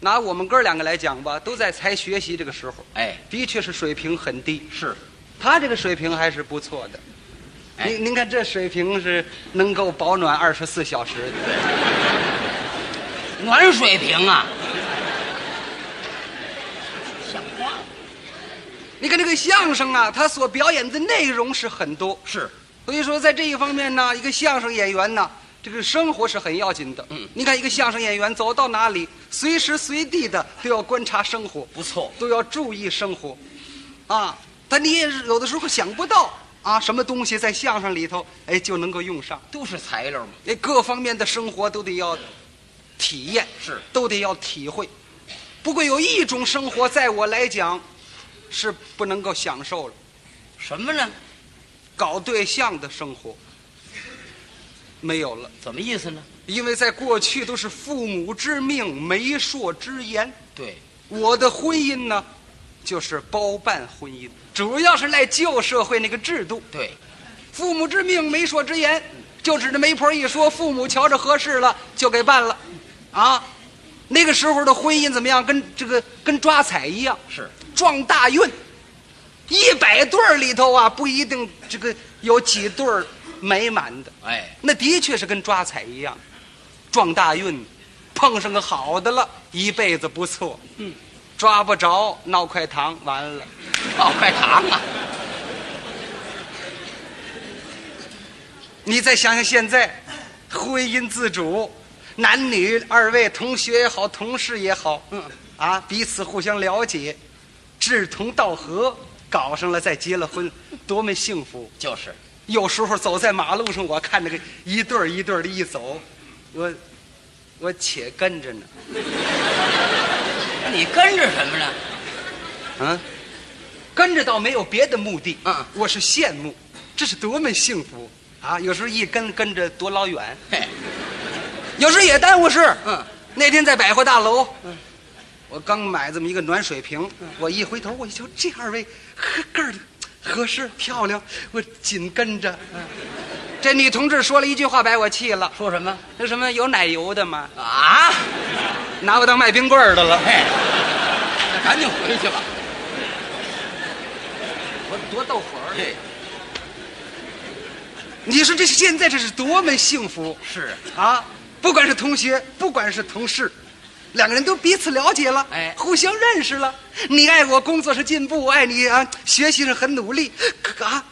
拿我们哥两个来讲吧，都在才学习这个时候，哎，的确是水平很低。是，他这个水平还是不错的。哎您您看这水平是能够保暖二十四小时的，暖水瓶啊，像话吗你看这个相声啊，他所表演的内容是很多，是，所以说在这一方面呢，一个相声演员呢，这个生活是很要紧的。嗯，您看一个相声演员走到哪里，随时随地的都要观察生活，不错，都要注意生活，啊，但你也是有的时候想不到啊，什么东西在相声里头，哎，就能够用上，都是材料嘛。哎，各方面的生活都得要体验，是都得要体会。不过有一种生活，在我来讲，是不能够享受了，什么呢？搞对象的生活没有了，怎么意思呢？因为在过去都是父母之命，媒妁之言。对，我的婚姻呢，就是包办婚姻，主要是赖旧社会那个制度，对，父母之命，媒妁之言，就指着媒婆一说，父母瞧着合适了就给办了，啊，那个时候的婚姻怎么样？跟这个跟抓彩一样，是撞大运，一百对儿里头啊，不一定这个有几对儿美满的，哎，那的确是跟抓彩一样，撞大运，碰上个好的了，一辈子不错。嗯，抓不着闹块糖，完了。哦，快糖啊！你再想想现在，婚姻自主，男女二位同学也好，同事也好，嗯啊，彼此互相了解，志同道合，搞上了再结了婚，多么幸福！就是，有时候走在马路上，我看那个一对儿一对儿的一走，我我且跟着呢，那你跟着什么呢？嗯，跟着倒没有别的目的，嗯我是羡慕，这是多么幸福啊！有时候一跟跟着多老远，嘿，有时候也耽误事。嗯，那天在百货大楼，我刚买这么一个暖水瓶，嗯我一回头，我一瞧这二位合个儿的合适漂亮，我紧跟着。嗯这女同志说了一句话，把我气了。说什么那什么有奶油的吗？啊？拿我当卖冰棍儿的了。嘿，那赶紧回去吧。我多逗火儿！对，你说这是现在这是多么幸福是，啊！不管是同学，不管是同事，两个人都彼此了解了，哎互相认识了。你爱我，工作是进步；我爱你啊，学习是很努力。可啊，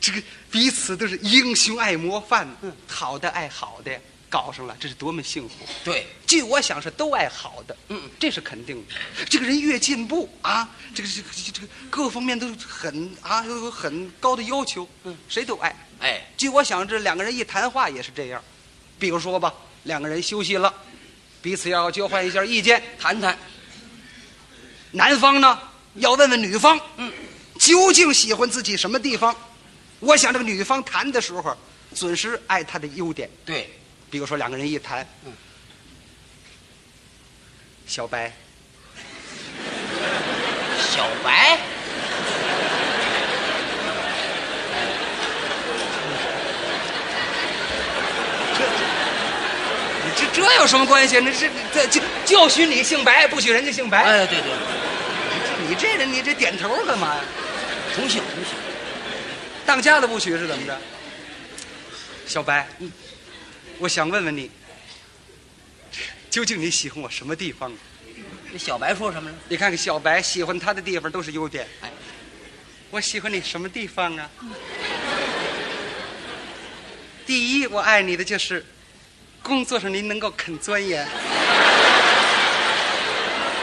这个彼此都是英雄爱模范，嗯好的爱好的，搞上了，这是多么幸福！对，据我想是都爱好的，嗯，这是肯定的。这个人越进步啊，这个这个这个各方面都很啊有很高的要求，嗯，谁都爱。哎，据我想，这两个人一谈话也是这样。比如说吧，两个人休息了，彼此要交换一下意见。谈谈，男方呢要问问女方，嗯，究竟喜欢自己什么地方？我想这个女方谈的时候，准是爱他的优点。对，比如说两个人一谈，小白，小白，你这这有什么关系？那这这就就许你姓白，不许人家姓白。哎，对对，你这人，你这点头干嘛呀？同姓同姓，当家的不许是怎么着？小白，我想问问你，究竟你喜欢我什么地方？啊那小白说什么了？你看看小白喜欢他的地方都是优点。哎我喜欢你什么地方啊？ 第一，我爱你的就是工作上您能够肯钻研，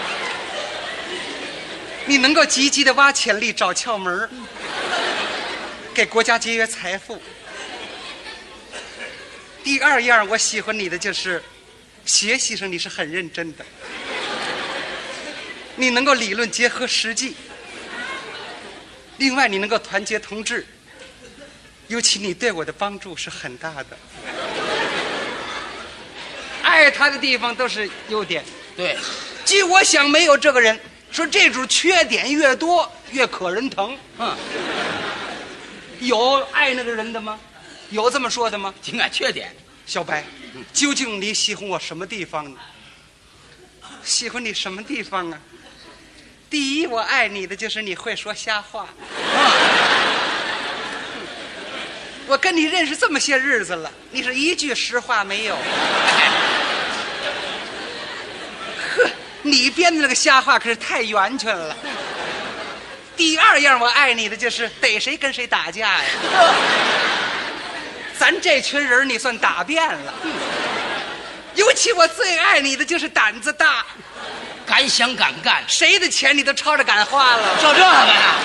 你能够积极的挖潜力、找窍门儿给国家节约财富。第二样，我喜欢你的就是学习上你是很认真的。你能够理论结合实际，另外你能够团结同志，尤其你对我的帮助是很大的。爱他的地方都是优点，对，据我想没有这个人，说这种缺点越多越可人疼。嗯，有爱那个人的吗？有这么说的吗？情感缺点，小白，究竟你喜欢我什么地方呢？喜欢你什么地方啊？第一，我爱你的就是你会说瞎话。啊我跟你认识这么些日子了，你是一句实话没有。呵，你编的那个瞎话可是太圆圈了。第二样我爱你的就是逮谁跟谁打架呀。咱这群人你算打遍了。嗯尤其我最爱你的就是胆子大，敢想敢干，谁的钱你都抄着敢花了。就这个呀？